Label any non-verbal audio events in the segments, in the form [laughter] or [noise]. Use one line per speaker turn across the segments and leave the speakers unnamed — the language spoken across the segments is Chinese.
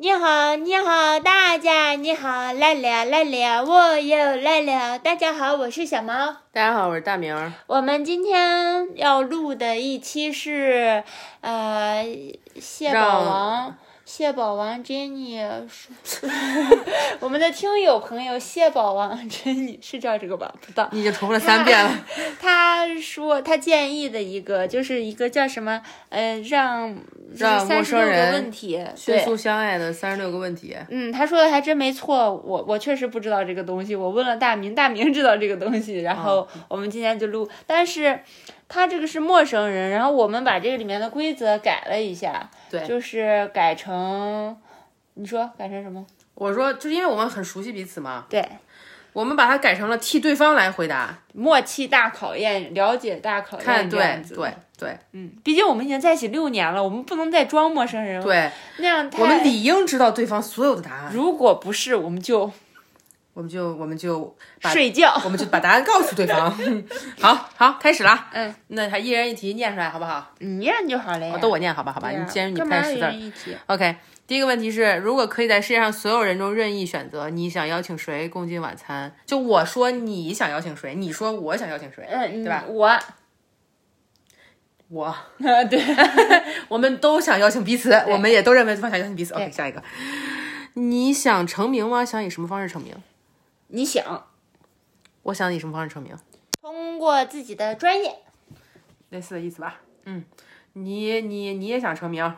你好，你好，大家你好，来了来了，我又来了。大家好，我是小毛。
大家好，我是大明儿。
我们今天要录的一期是，呃，蟹堡
让
王。蟹堡王 Jenny，说我们的听友朋友蟹堡王 Jenny 是叫这个吧？不知道。
你已经重复了三遍了。
他说他建议的一个就是一个叫什么，呃，让
让陌生人
36个问题，[laughs]
迅
对。
速相爱的三十六个问题，
嗯，他说的还真没错，我我确实不知道这个东西，我问了大明，大明知道这个东西，
啊
然后我们今天就录，但是他这个是陌生人，然后我们把这个里面的规则改了一下，
对
就是改成，你说改成什么？
我说就是因为我们很熟悉彼此嘛，
对，
我们把它改成了替对方来回答。
默契大考验，了解大考
看，
验，这
对
样子
对对
嗯，毕竟我们已经在一起六年了，我们不能再装陌生人了，
对，
那样太
我们理应知道对方所有的答案，
如果不是，我们就
我们就我们就把
睡觉。
我们就把答案告诉对方。 [laughs] 好好，开始了。
嗯，
那还一人一题念出来好不好？
你念就好了呀，
都我念好吧，好吧，
对呀
你既然你
干
不
嘛
太
要
识字
一
儿
人一题
OK，第一个问题是，如果可以在世界上所有人中任意选择，你想邀请谁共进晚餐？就我说你想邀请谁，你说我想邀请谁，
嗯，
对吧？
我，
我，
[laughs] 对，
我们都想邀请彼此，我们也都认为对方想邀请彼此。OK，下一个，你想成名吗？想以什么方式成名？
[laughs] 你想
我想以什么方式成名？
通过自己的专业，
类似的意思吧？嗯，你你你也想成名，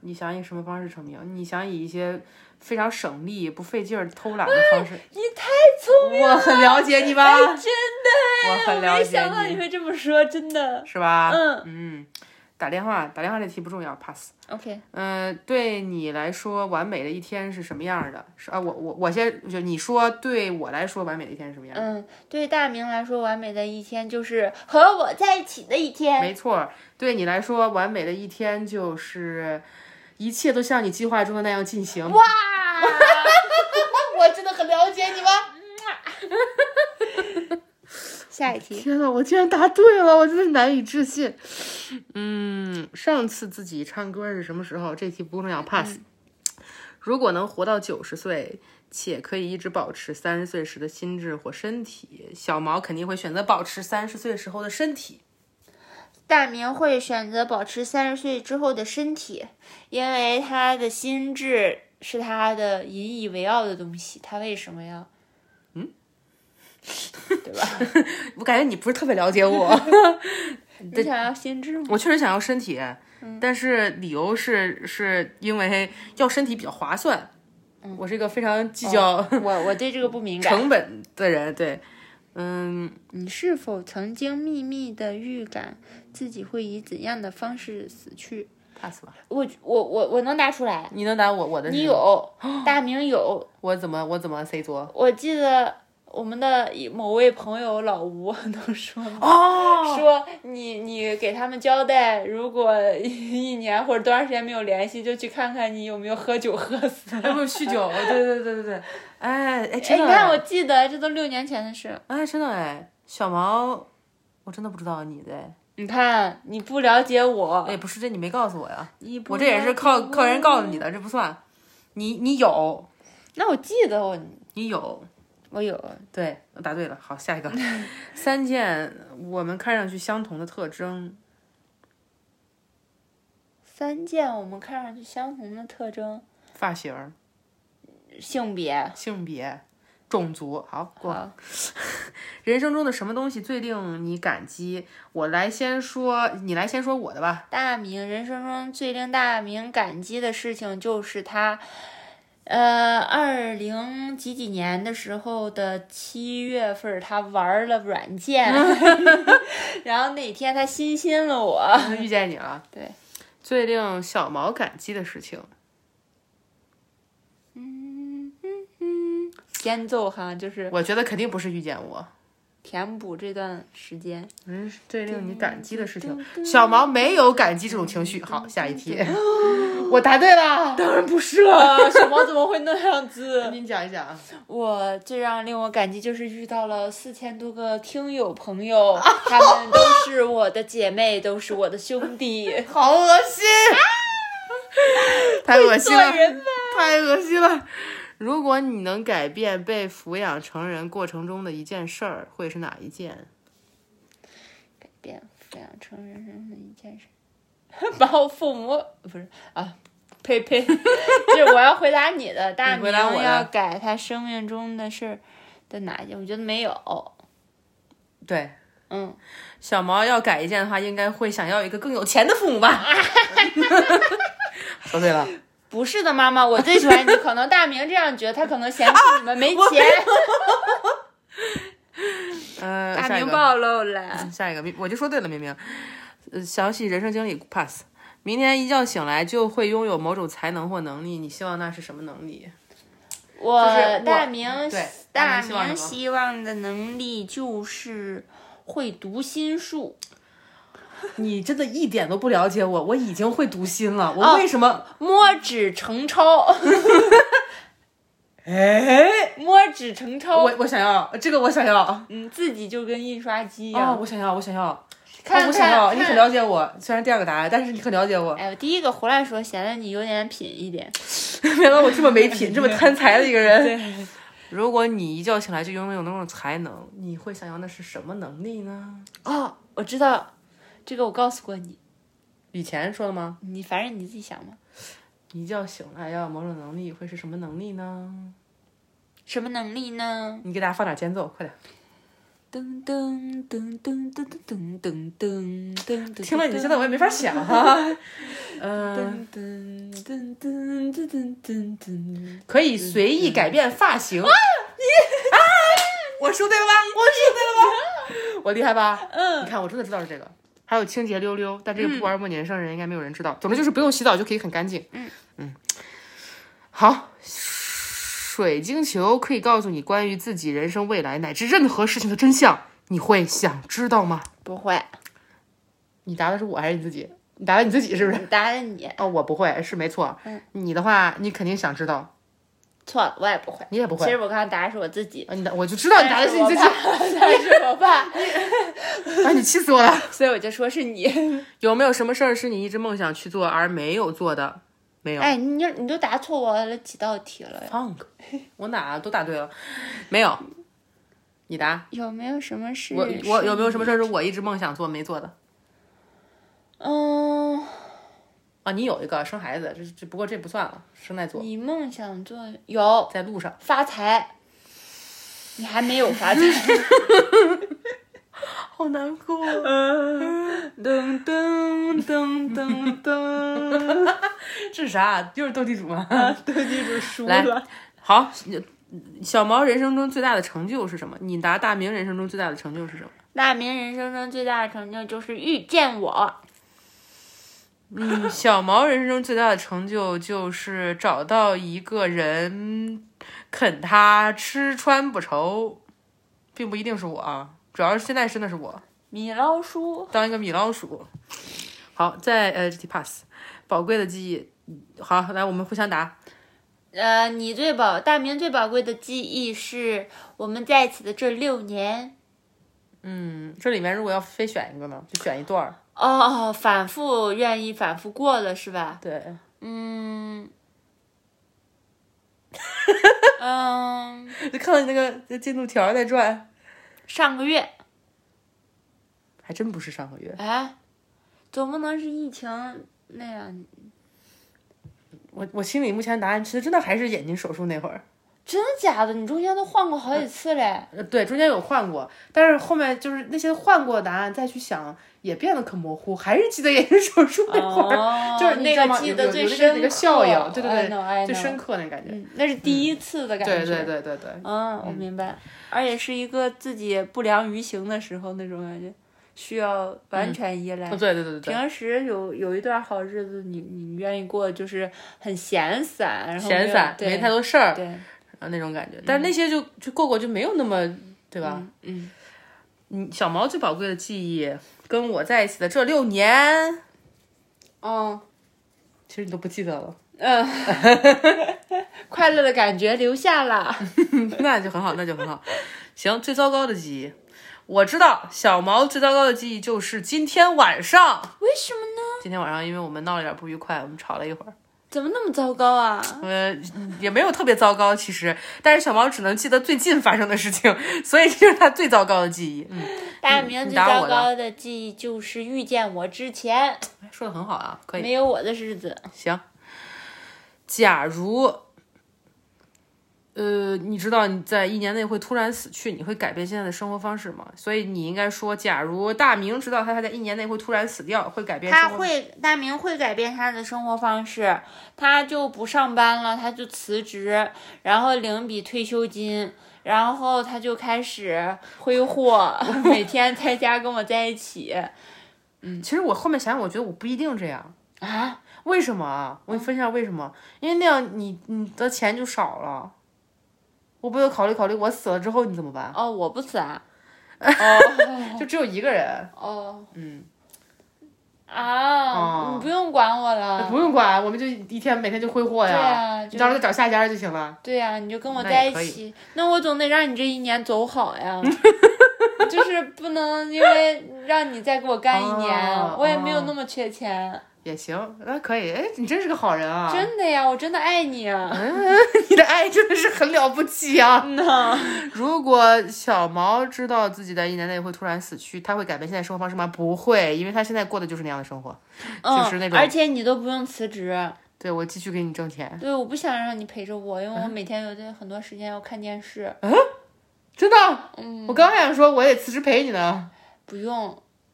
你想以什么方式成名？你想以一些非常省力、不费劲儿、偷懒的方 [laughs] 式？
你太聪明
我很了解你吧？
了，真的，
我很了
没
解
想到你会这么说，真的。
是吧？
嗯
嗯，打电话打电话这题不重要，pass。
OK，
嗯、对你来说，完美的一天是什么样的？是啊，我我我先就你说，对我来说，完美的一天是什么样的？
嗯，对大明来说，完美的一天就是和我在一起的一天。
没错儿，对你来说，完美的一天就是一切都像你计划中的那样进行。
哇，我真的很了解你吗？啊 [laughs] 下一题，
天呐，我竟然答对了，我真的是难以置信。嗯，上次自己唱歌是什么时候？这题不重要，pass。如果能活到九十岁，且可以一直保持三十岁时的心智或身体，小毛肯定会选择保持三十岁时候的身体。
大明会选择保持三十岁之后的身体，因为他的心智是他的引以为傲的东西。他为什么要？嗯， [laughs] 对吧？
[laughs] 我感觉你不是特别了解我，
你想要心智吗？
我确实想要身体，但是理由是是因为要身体比较划算。我是一个非常计较
我我对这个不敏感。
成本的人，对，嗯。
你是否曾经秘密的预感自己会以怎样的方式死去？
pass 吧，
我我我我能答出来，
你能答我我的是
你
什么
有，大明有，
我怎么我怎么 C 桌？
我记得我们的某位朋友老吴 [laughs] 能说吗？
[laughs] 哦，
说你你给他们交代，如果一年或者多长时间没有联系，就去看看你有没有喝酒喝死。
还不是酗酒？哦对对对对对，哎哎，
哎，
真
你
的，
看，我记得这都六年前的事。
哎真的哎，小毛，我真的不知道你的，
你看，你不了解我，
哎，不是这你没告诉我呀，
你不
我这也是靠
了解我
靠人告诉你。的，这不算，你你有
那我记得我
你有，
我有，
对，我答对了，好，下一
[laughs]
个，三件我们看上去相同的特征，
三件我们看上去相同的特征：
发型、
性别。
性别、种族，好过。
好，
人生中的什么东西最令你感激？我来先说，你来先说我的吧。 [laughs]
大明人生中最令大明感激的事情就是他，呃，二零几几年的时候的七月份儿，他玩了软 [laughs] 件，然后那天他欣欣了我，
遇见你了。
对，
最令小毛感激的事情，
嗯间奏哈，就是
我觉得肯定不是遇见我。
填补这段时间。
嗯，最令你感激的事情，小毛没有感激这种情绪。好，下一题，我答对了。
当 [laughs] 然不是了，小毛怎么会那样子？
你讲一讲啊，
我最让令我感激就是遇到了四千多个听友朋友，他们都是我的姐妹，都是
[laughs]
我的兄弟。
啊好恶心，太恶心
做
了，
人吧，
太恶心了。如果你能改变被抚养成人过程中的一件事儿，会是哪一件？
改 [laughs] 变抚养成人生的一件事， [laughs] 把我父母不是啊，呸呸， [laughs] 就是我要回答你的，大
你
明
回答我的
要改他生命中的事儿的哪一件？我觉得没有，
对，
嗯，
小毛要改一件的话，应该会想要一个更有钱的父母 [laughs] 吧？说对了，
不是的，妈妈，我最喜欢你。可能大明这样觉得，他可能嫌弃你们没
[laughs]
钱，
呃，
大
下一
明
个。
暴露了。
下一个，我就说对了，明明。呃，小喜人生经历 pass。明天一觉醒来就会拥有某种才能或能力，你希望那是什么能力？
我
就是我
大明
对
大
大明希望什么
希望的能力就是会读心术。
你真的一点都不了解我，我已经会读心了，
哦
我为什么？
摸指成抄，
哎，
[laughs] 摸指成抄，
我我想要这个，我想要。
嗯，自己就跟印刷机一
哦，
样。
我想要，我想要，
看
哦我想要。
看
你
看，
很了解我，虽然第二个答案，但是你很了解我。
哎，我第一个胡乱说，显得你有点品一点。
[laughs] 没想到我这么没品、这么贪财的一个人。
对，
如果你一觉醒来就拥有那种才能，你会想要那是什么能力呢？
哦，我知道，这个我告诉过你，
以前说了吗？
你反正你自己想嘛。
一觉醒来要有某种能力，会是什么能力呢？
什么能力呢？
你给大家放点间奏，快点！
噔噔噔噔噔噔噔噔噔噔噔。
听了你现在我也没法想 [laughs] 哈、嗯、
噔噔噔噔噔噔噔噔。
可以随意改变发型。啊！我说对了吧？我说对了吧？我厉害吧？嗯，你嗯看我真的知道是这个。还有清洁溜溜，但这个不玩过年生人应该没有人知道。总之就是不用洗澡就可以很干净。嗯好，水晶球可以告诉你关于自己人生未来乃至任何事情的真相，你会想知道吗？
不会，
你答的是我还是你自己？你答的你自己是不是？
你答的你
哦，我不会，是没错。
嗯，
你的话，你肯定想知道，
错了，我也不会。
你也不
其
会。
实我刚刚答的是我自己，
啊，你的我就知道你答的是你自己，
但是我
[laughs]
爸，
啊，你气死哎我了！ [laughs]
所以我就说是你。
有没有什么事儿是你一直梦想去做而没有做的？没有。
哎，你就你都答错我了几道题了。
Funk，我哪都答对了，没有。你答。
有没有什么事？
我我有没有什么事儿是我一直梦想做没做的？
嗯，
啊，你有一个生孩子，这这不过这不算了，生在做，
你梦想做有
在路上。
发财，你还没有
[laughs]
发财。
好难过。 [laughs] 嗯噔噔噔噔噔， [laughs] 这是啥？就是斗地主吗？ [laughs]
对，地主输
来。好，小毛人生中最大的成就是什么？你答大明人生中最大的成就是什么？
大明人生中最大的成就就是遇见我。
嗯，小毛人生中最大的成就就是找到一个人肯他吃穿不愁，并不一定是我啊，主要是现在真的是我
米老鼠，
当一个米老鼠。好，在呃这题 pass，宝贵的记忆。好，来我们互相答。
呃，你最宝大明最宝贵的记忆是我们在一起的这六年
嗯，这里面如果要非选一个呢，就选一段儿。
哦，反复愿意反复过了是吧？
对， [laughs]
嗯，嗯，
就看到你那个进度条在转，
上个月
还真不是上个月。
哎，总不能是疫情那样，
我我心里目前答案其实真的还是眼睛手术那会儿，
真的假的？你中间都换过好几次嘞。
呃，对，中间有换过，但是后面就是那些换过的答案再去想，也变得可模糊，还是记得眼睛手术 [laughs] 那会儿，
哦
就是
那
知道
个
吗
记
有
得
有
最
有那个
深刻，
那个效应，对
I
对
know, I
对，最
know
深刻那感觉，
嗯，那是第一次的感觉。
对对。对对对，
嗯，我明白，而且是一个自己不良于行的时候那种感觉，需要完全依赖。
哦对对对对对，
平时有有一段好日子你，你愿意过，就是很闲散，然后没有
闲散，
对嗯
没太多事儿，
对，
然后那种感觉，但是那些就就过过就没有那么，对吧？
嗯嗯，
嗯，小毛最宝贵的记忆，跟我在一起的这六年，
哦，呃
其实你都不记得了。 [laughs]
快乐的感觉留下了。
那就很好，那就很好。行，最糟糕的记忆，我知道小毛最糟糕的记忆就是今天晚上。
为什么呢？
今天晚上因为我们闹了点不愉快，我们吵了一会儿，
怎么那么糟糕啊？
呃，也没有特别糟糕，其实，但是小毛只能记得最近发生的事情， [laughs] 所以这是他最糟糕的记忆。嗯，
大明最
你打
糟
我的
糕的记忆就是遇见我之前
说的很好啊，可以
没有我的日子。
行。假如，呃，你知道你在一年内会突然死去，你会改变现在的生活方式吗？所以你应该说，假如大明知道他他在一年内会突然死掉，会改变
他
生活。
会，大明会改变他的生活方式，他就不上班了，他就辞职，然后领笔退休金，然后他就开始挥
[laughs]
霍，每天在家跟我在一起
其实我后面想想，我觉得我不一定这样。
啊，
为什么啊？我给你分享为什么？因为那样你你的钱就少了。我不得考虑考虑，我死了之后你怎么办？
哦，我不死啊，
就只有一个人，
哦
嗯，
啊，
哦哎
你不用管我了，
不用管，我们就一天每天就挥霍
对
呀。
啊，
你
就
到时候找下家就行了。
对呀、你就跟我
那
在
也
一
可以
起，那我总得让你这一年走好
[laughs]
呀，就是不能因为让你再给我干一年，
哦
我也没有
哦
那么缺钱，
也行，那可以。哎，你真是个好人啊！
真的呀，我真的爱你啊，
[laughs] 嗯你的爱真的是很了不
[laughs]
起啊！ [laughs]
呐，
如果小毛知道自己在一年内会突然死去，他会改变现在生活方式吗？不会，因为他现在过的就是那样的生活。
嗯，
就是那种
而且你都不用辞职，
对我继续给你挣钱，
对，我不想让你陪着我，因为
嗯
我每天有的很多时间要看电视，
真的。嗯，我刚还想说我也辞职陪你呢，
不用，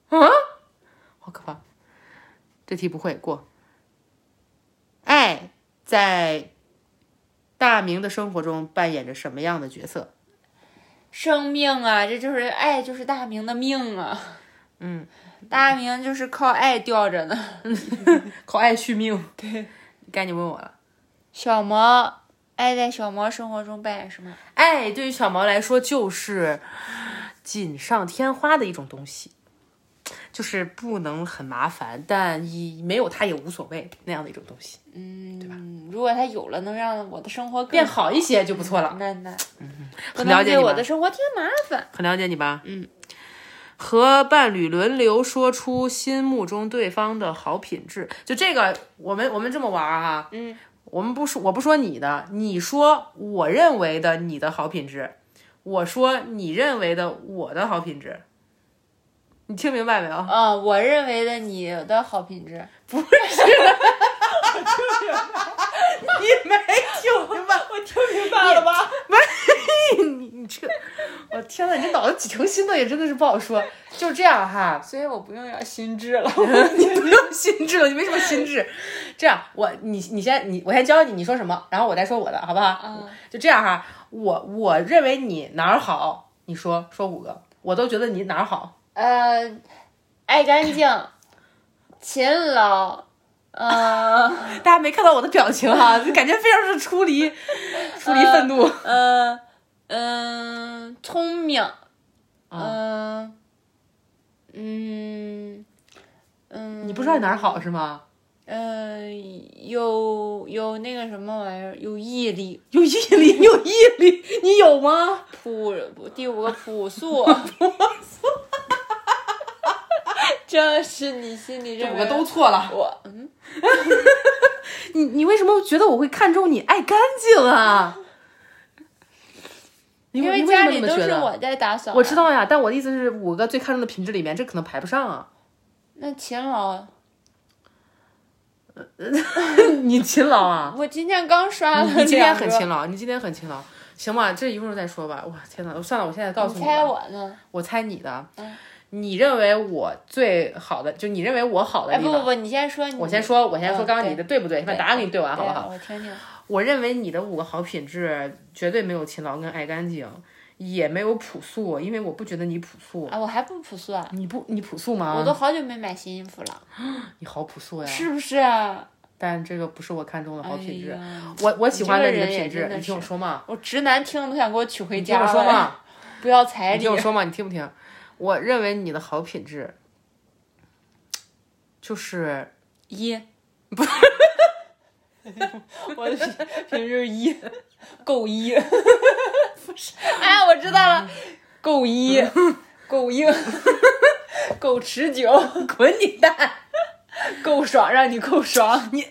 好可怕。这题不会过。爱在大明的生活中扮演着什么样的角色？
生命啊，这就是爱，就是大明的命啊，
嗯，
大明就是靠爱吊着呢。
靠爱续命。对，该你问我了。
小毛，爱在小毛生活中扮演什么？
爱对于小毛来说就是锦上添花的一种东西，就是不能很麻烦，但一没有它也无所谓那样的一种东西，
嗯，如果他有了，能让我的生活更
变好一些就不错了。
那那不
很了
能给
解你
我
吧
的？生活添麻烦。
很了解你吧？嗯。和伴侣轮流说出心目中对方的好品质，就这个，我们我们这么玩儿哈，
嗯，
我们不说，我不说你的，你说我认为的你的好品质，我说你认为的我的好品质，你听明白没有？
啊、我认为的你的好品
[laughs]
质，
你没
[laughs]
听明白，我听明白了吧？没， [laughs] 你你这，我天呐，你这脑子几成新的也真的是不好说。就这样哈，
所以我不用要心智了。
你不用心智了，你没什么心智。这样，我你你先你我先教你，你说什么，然后我再说我的，好不好？
嗯，
就这样哈，我我认为你哪儿好，你说说五个，我都觉得你哪儿好。
[laughs] 呃，爱干净，勤劳，呃
大家没看到我的表情哈， [laughs] 就感觉非常是出离，出离愤怒。
呃嗯、聪明，
啊
嗯、嗯嗯，
你不知道你哪儿好是吗？
呃，有有那个什么玩意儿，有毅力，
有毅 [laughs] 力，你有毅力，你有吗？
朴第五个朴
[laughs]
素，这是你心里认
五
为
个都啊错了。
我嗯
你你为什么觉得我会看中你爱干净啊？你
因为
你
家
什
里
么这么
都
觉
是
得
我在打扫啊，
我知道呀，但我的意思是，五个最看重的品质里面，这可能排不上啊。
那勤劳，
[laughs]
啊
你勤劳啊，
我今天刚刷了
你今天
[laughs] 两
很
个
勤劳，你今天很勤劳。行吧，这一会儿再说吧。哇，天哪！算了，我现在告诉
你
你
猜
吧，
我呢？
我猜你的
嗯。
你认为我最好的，就你认为我好的
哎，
地
不不
方。
不，你先说你，
我先说，我先
嗯
说刚刚
对
你的对不对？把答案给你对完，好不
对啊
好？
我听听。
我认为你的五个好品质绝对没有勤劳跟爱干净，也没有朴素，因为我不觉得你朴素。
啊，我还不朴素啊，
你不你朴素吗？
我都好久没买新衣服了，
你好朴素呀！
是不是啊？
但这个不是我看中的好品质。
哎呀
我我喜欢的
你这个
的
人也
品质
真，的
你听我
是
说嘛，
我直男听了都想给我娶回
你听
家
我说
了
嘛，
不要彩
你
礼
听我。说嘛，你听不听？我认为你的好品质就是
一， [laughs] 不，我的品品质一，够一，不是，哎，我知道了，
嗯
够一， [laughs] 够硬，够持久，
滚你蛋！
够爽，让你够爽，
你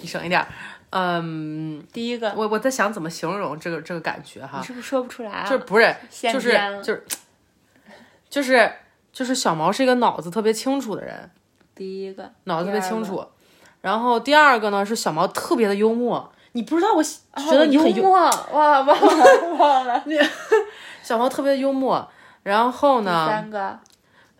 你省一点儿。嗯，
第一个，
我我在想怎么形容这个这个感觉哈
你，是不是说不出来啊？
就是不是
现
就是
编了
就是就是就是小毛是一个脑子特别清楚的人，
第一个
脑子特别
第二
清
个
楚。然后第二个呢是小毛特别的幽默，你不知道我喜
哦
觉得你很幽啊
幽默，哇，忘了忘了。第
小毛特别幽默，然后呢，
三个，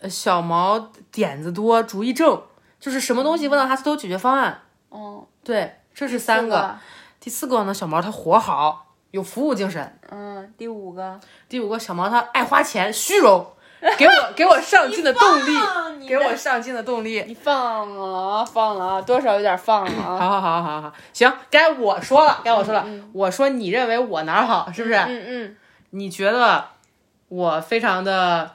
呃小毛点子多，主意正，就是什么东西问到他，他都有解决方案。
嗯，
对，这是
第
三
四
个。，第四个呢，小毛他活好，有服务精神。
嗯，第五个，
第五个，小毛他爱花钱，虚荣，
[laughs]
给我给我上进的动力，
放你
给
的
我上进的动力。
你放了啊，放了啊，多少有点放了啊。
好好好好好，行，该我说了，该我说了。我说你认为我哪儿好，是不是？
嗯
你觉得我非常的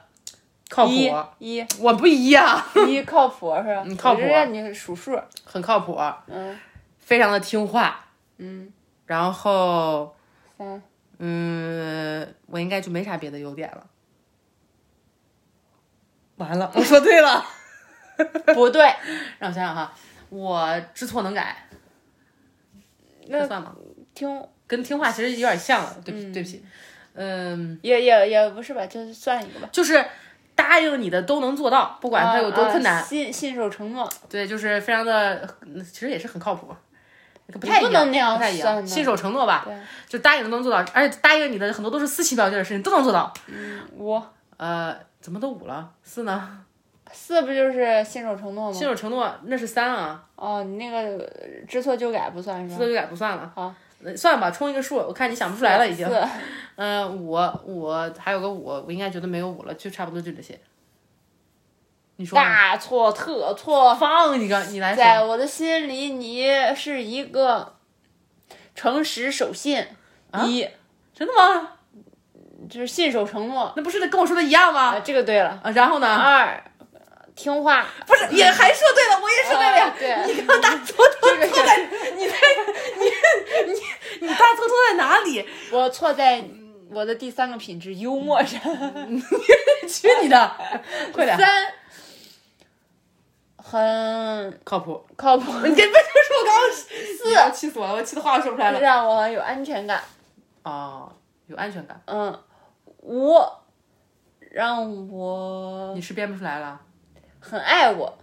靠
嗯，
谱？
一一
我不一样，
一靠谱啊是吧？
你嗯靠谱啊
我是让你数数。
很靠谱，啊
嗯
非常的听话，
嗯，
然后
三
嗯，我应该就没啥别的优点了。完了，我说对了，
不对， [laughs]
让我想想哈，我知错能改，这
那
算吗？
听
跟听话其实有点像了，对不起，对不起，嗯。
也也也不是吧，就是算一个吧。
就是答应你的都能做到，不管它有多困难。
啊啊信信守承诺，
对，就是非常的，嗯其实也是很靠谱。不
太
不能
能那样
不太一
算
样，
呢
信守承诺吧
对，
就答应的都能做到，而且答应你的很多都是私情表现的事情都能做到。嗯
五
呃，怎么都五了，四呢？
四不就是信守承诺吗
信？守承诺那是三啊，
哦，你那个呃知错就改不算是
四
吧？
就改不算了。
好
呃，算吧，冲一个数，我看你想不出来了已经。
四
嗯、我我还有个五，我应该觉得没有五了，就差不多就这些。你说呢
大错特错，
放一个，你来
在
说。
我的心里你是一个诚实守信，
啊
一
真的吗？
就是信守承诺。
那不是跟我说的一样吗？
啊，这个对了。
啊，然后呢？
二，听话。
不是，也还说对了，我也说对了呀。 [laughs]
啊对
你刚大错特错在，你在你你你大错错在哪里？
[laughs] 我错在我的第三个品质幽默 [laughs] 上。
去你的，快点！
三，很
靠谱。
靠谱，
你别别说我刚刚 [laughs]
四，
气死我了，我气的话都说不出来了。
让我有安全感。
哦，有安全感，
嗯，五，让我
你是编不出来了。
很爱我。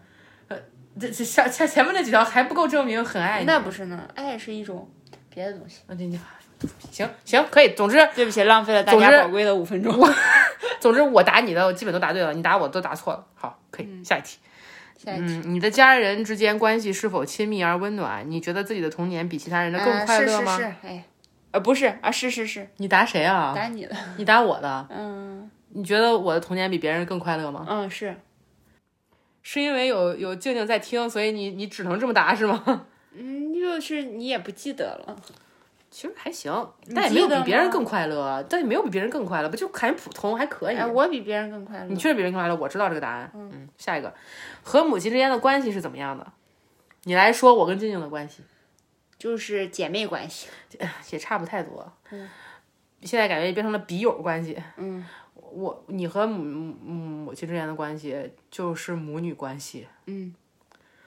这这前前前面那几条还不够证明很爱你。
那不是呢，爱是一种别的东西。
那你行行可以，总之
对不起，浪费了大
总之
家宝贵的五分钟。
总之我答你的我基本都答对了，你答我都答错了。好，可以，下一题。
下一题
嗯，你的家人之间关系是否亲密而温暖？你觉得自己的童年比其他人的更
啊
快乐吗？
是是是，哎，啊不是啊是是是，
你答谁啊？
打你的。
你答我的。
嗯
你觉得我的童年比别人更快乐吗？
嗯是，
是因为有有静静在听，所以你你只能这么答是吗？
嗯就是你也不记得了。
其实还行，但也没有
记得
比
吗
别人更快乐啊，但也没有比别人更快乐，不就感觉普通还可以。啊
哎，我比别人更快乐
你。确实比别人更快乐，我知道这个答案。嗯，下一个，和母亲之间的关系是怎么样的？你来说，我跟静静的关系哎
就是姐妹关系。 [laughs]
也差不太多。嗯，现在感觉也变成了笔友关系。
嗯
我你和母母母亲之间的关系就是母女关系，
嗯，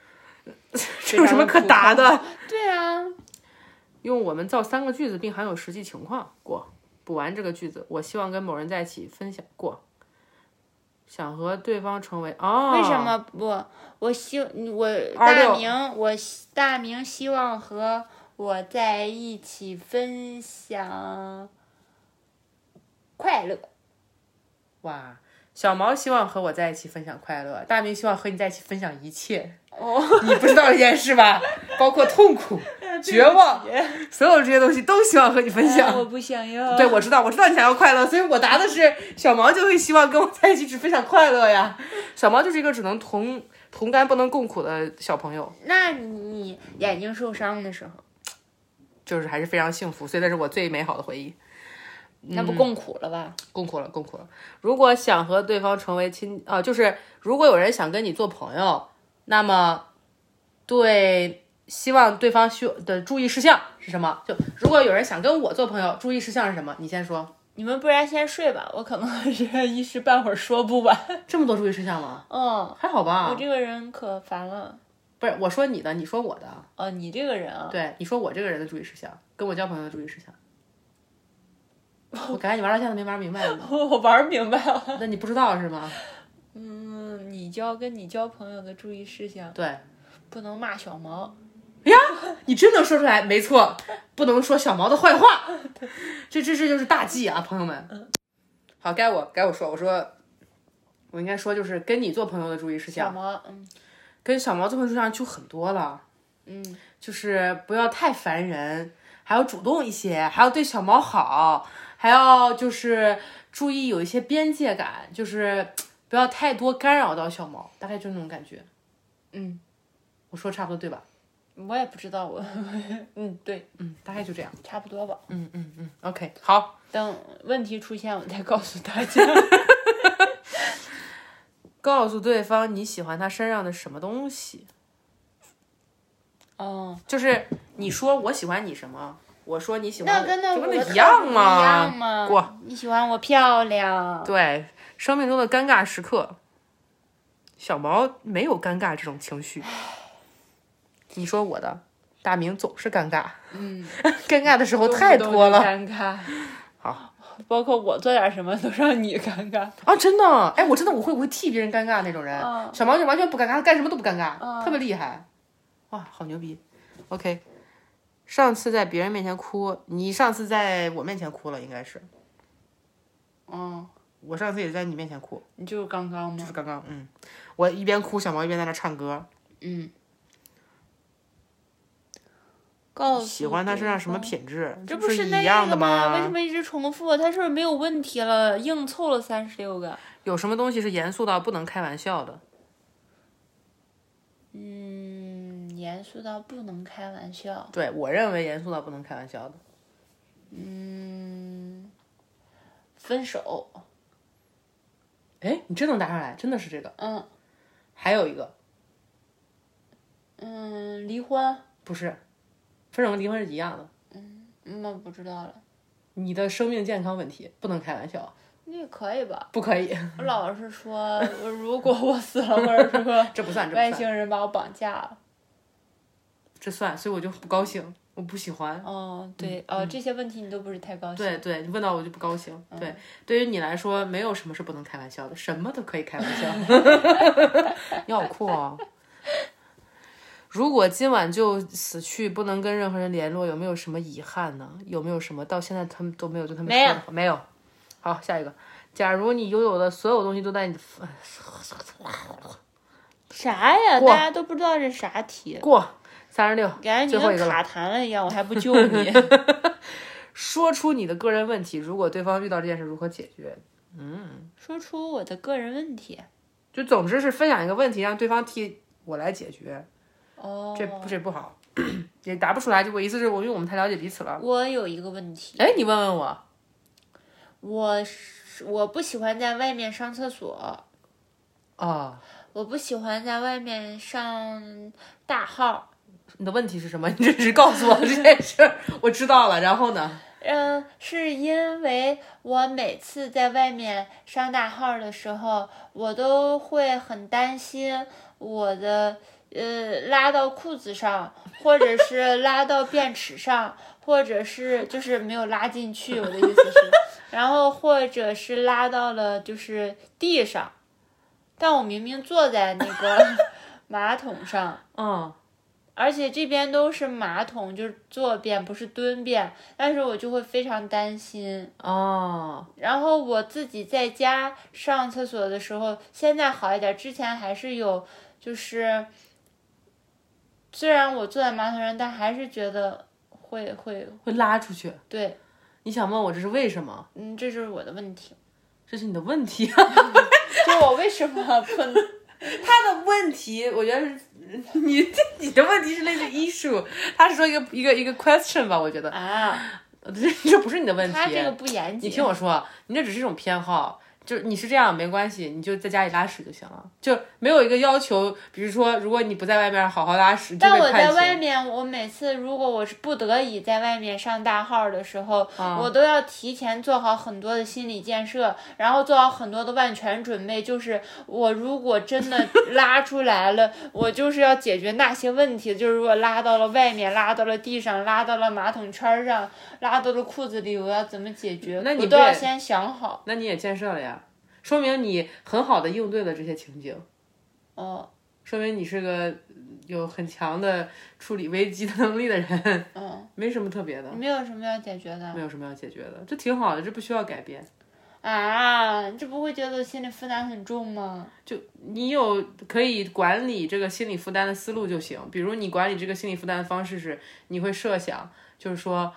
[laughs] 这有什么可答的？
对啊，
用我们造三个句子，并含有实际情况过。补完这个句子，我希望跟某人在一起分享过。想和对方成为哦，
为什？么不？我希我
二六
大明，我希大明希望和我在一起分享快乐。
哇，小毛希望和我在一起分享快乐，大明希望和你在一起分享一切。
哦，
你不知道这件事吧？ [laughs] 包括
[laughs]
痛苦、绝望，所有这些东西都希望和你
[laughs]
分享。
哎我不想要。
对，我知道，我知道你想要快乐，所以我答的是小毛就会希望跟我在一起只分享快乐呀。小毛就是一个只能同同甘不能共苦的小朋友，
那你眼睛受伤的时候，
就是还是非常幸福，所以那是我最美好的回忆。嗯
那不共苦了吧？
共苦了，共苦了。如果想和对方成为亲，啊，就是如果有人想跟你做朋友，那么对希望对方需的注意事项是什么？就如果有人想跟我做朋友，注意事项是什么？你先说，
你们不然先睡吧，我可能 [laughs] 是一时半会儿说不完。
这么多注意事项吗？
嗯，
还好吧，
我这个人可烦了。
不是我说你的，你说我的，
哦，你这个人啊， [laughs]
对，你说我这个人的注意事项，跟我交朋友的注意事项。我感觉你玩到现在没玩明白呢，
我玩明白了。
那你不知道是吗？
嗯，你交跟你交朋友的注意事项，
对，
不能骂小毛。
[laughs] 你真能说出来，没错，不能说小毛的坏话，这这这就是大忌啊，朋友们。好，该我该我说，我说我应该说就是跟你做朋友的注意事项，
小毛，嗯
跟小毛做朋友的注意事项就很多了，
嗯，
就是不要太烦人，还要主动一些，还要对小毛好，还要就是注意有一些边界感，就是不要太多干扰到小毛，大概就那种感觉。
嗯，
我说差不多对吧？
我也不知道我， [laughs] 嗯，对，
嗯，大概就这样。
差不多吧。
嗯嗯嗯，OK，好。
等问题出现，我再告诉大家。
告诉对方你喜欢他身上的什么东西，
[laughs] 哦，
就是你说我喜欢你什么，我说你喜欢
那
我
跟那
就
我
跟
的
那一样
嘛，一
嘛
样。嘛。
过
你喜欢我漂亮，
对，生命中的尴尬时刻，小毛没有尴尬这种
[sighs]
情绪。你说我的，大明总是尴尬，
嗯，
[laughs] 尴尬的时候太
动不
多
动就
了
尴尬。
好，
包括我做点什么都让你尴尬。
啊！真的，哎，我真的我会我会替别人尴尬那种人，
嗯
小毛就完全不尴尬，他干什么都不尴尬，
嗯
特别厉害，哇，好牛逼！OK，上次在别人面前哭，你上次在我面前哭了，应该是，
嗯，
我上次也在你面前哭，
你就是刚刚
就
吗？
是刚刚，嗯，我一边哭，小毛一边在那唱歌，
嗯。告诉
喜欢他身上什么
对方
品质，
这
不
不
是
是那
一样的
个为什么一直重复？他是不是没有问题了？硬凑了三十六个。
有什么东西是严肃到不能开玩笑的？
嗯，严肃到不能开玩笑。
对我认为严肃到不能开玩笑的，
嗯，分手。
哎，你真能答上来，真的是这个。
嗯
还有一个
嗯，离婚。
不是，分手跟离婚是一样的。
嗯，那不知道了。
你的生命健康问题不能开玩笑，啊
那也可以吧？
不可以，
我老是说，我如果我死了，或者说
这不算，这
外
不算，
星人把我绑架了。
这算，所以我就不高兴，我不喜欢。
哦，对，哦，这些问题你都不是太高兴。
啊嗯
嗯
对对，你问到我就不高兴。对，对于你来说，没有什么是不能开玩笑的，什么都可以开玩笑。 [laughs] 你好酷哦！如果今晚就死去，不能跟任何人联络，有没有什么遗憾呢？有没有什么到现在他们都没有对他们说
没有
的话没有。好，下一个。假如你拥有的所有东西都在你的
啥呀？
过
大家都不知道这啥题，
过三十六，
[laughs] 感觉
最
你
后一
跟
个了。
卡痰了一样，我还不救
[laughs]
你。
说出你的个人问题，如果对方遇到这件事如何解决？
说出我的个人问题。
就总之是分享一个问题，让对方替我来解决，
哦，
这不这不好， [clears throat] 也答不出来。就我意思是我因为我们太了解彼此了。
我有一个问题，
哎，你问问我，
我是我不喜欢在外面上厕所，
哦，
我不喜欢在外面上大号。
你的问题是什么？ [laughs] 你只是告诉我这件事儿，我知道了。然后呢？
嗯，是因为我每次在外面上大号的时候，我都会很担心我的呃拉到裤子上，或者是拉到便池上，或者是就是没有拉进去。我的意思是， [laughs] 然后或者是拉到了就是地上，但我明明坐在那个 [laughs] 马桶上，
嗯，
而且这边都是马桶，就是坐便，不是蹲便，但是我就会非常担心。
哦，
然后我自己在家上厕所的时候，现在好一点，之前还是有，就是虽然我坐在马桶上，但还是觉得会会
会拉出去。
对，
你想问我这是为什么？
嗯，这就是我的问题，
这是你的问题。
[laughs]
啊
就我为什么不能？
[laughs] 他的问题，我觉得是你 [laughs] 你的问题是类似于 issue，他是说一个一个一个 question 吧，我觉得
[laughs] 啊，
这这不是你的问题。
他这个不严谨，
你听我说，你这只是一种偏好，就是你是这样没关系，你就在家里拉屎就行了，就没有一个要求，比如说如果你不在外面好好拉屎，
但
就
我
被判
在
刑
外面，我每次如果我是不得已在外面上大号的时候，
啊
我都要提前做好很多的心理建设，然后做好很多的万全准备。就是我如果真
[laughs]
的拉出来了，我就是要解决那些问题，就是如果拉到了外面，拉到了地上，拉到了马桶圈儿上，拉到了裤子里，我要怎么解决？
那你
我
不
都要
也
先想好。
那你也建设了呀，说明你很好的应对了这些情景，
哦，
说明你是个有很强的处理危机的能力的人，
嗯，
没什么特别的，
没有什么要解决的
没有什么要解决的，这挺好的，这不需要改变。
啊，你这不会觉得我心理负担很重吗？
就你有可以管理这个心理负担的思路就行。比如你管理这个心理负担的方式是，你会设想，就是说，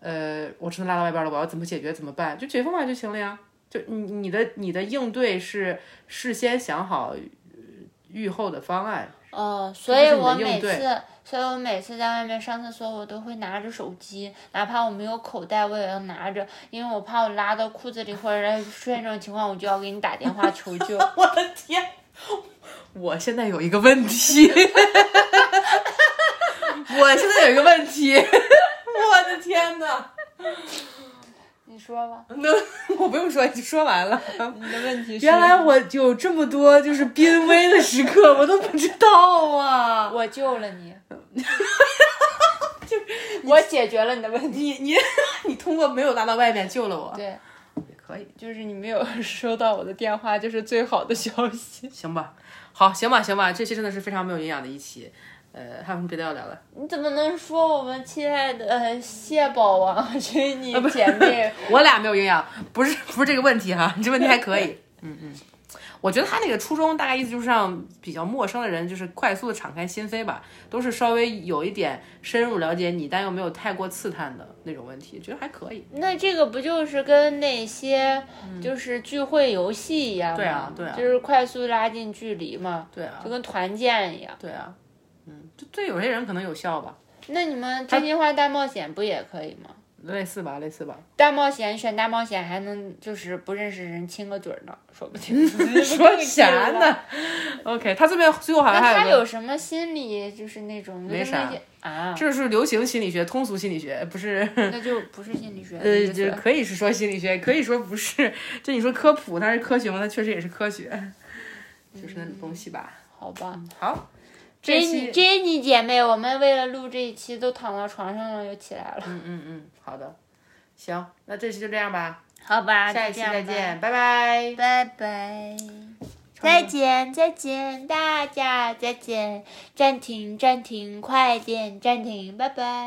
呃，我真的拉到外边了，我要怎么解决？怎么办？就解决方法就行了呀。就你你的你的应对是事先想好呃预后的方案。
哦，
这
所
不
以
是你的
我
应
每
对
次，所以我每次在外面上厕所，我都会拿着手机，哪怕我没有口袋，我也要拿着，因为我怕我拉到裤子里，或者出现这种情况，我就要给你打电话求 [laughs] 救。
我的天，我现在有一个问 [laughs] 题，我现在有一个问题， [laughs] 我的天呐，
你说吧，
那 [laughs] 我不用说，你说完了。
[laughs] 你的问题是？
原来我有这么多就是濒危的时刻，我都不知道啊！
我救了你，我解决了你的问题。
你你 [laughs] 你通过没有拉到外面救了我，
[laughs] 对，
可以
就是你没有 [laughs] 收到我的电话，就是最好的消息。
行吧？好，行吧，行吧，这期真的是非常没有营养的一期。呃，还有什么别的要聊的？
你怎么能说我们亲爱的呃蟹堡王 [laughs] 啊是你姐妹？
我俩没有营养，不是不是这个问题哈、 [laughs] 你这问题还可以。嗯嗯，我觉得他那个初衷大概意思就是让比较陌生的人就是快速的敞开心扉吧，都是稍微有一点深入了解你，但又没有太过刺探的那种问题，觉得还可以。
那这个不就是跟那些就是聚会游戏一样吗？
嗯对啊对啊
就是快速拉近距离嘛，
对啊
就，跟团建一样。
对啊，嗯，就对有些人可能有效吧，
那你们真心话大冒险不也可以吗？
类似吧，类似
[laughs]
吧。
大冒险选大冒险还能就是不认识人亲个嘴儿呢，说不
[laughs]
定。说？
？OK，他这边最后好
那
像还
他
有个
有什么心理就是那种
没啥
就跟那些啊？
这是流行心理学、通俗心理学，不是？
那就不是心理学。
呃，
那
[laughs] 就
是
是可以是说心理学，可以说不是。就你说科普，它是科学吗？它确实也是科学，就是那种东西吧。
好吧。
嗯好，这期
Jenny Jenny 姐妹，我们为了录这一期都躺到床上了，又起来了。
嗯嗯嗯，好的，行，那这期就这样吧，
好吧，
下一期
就这样吧
再见，拜拜。
拜拜，再见再见，大家再见，暂停暂停，快点暂停，拜拜。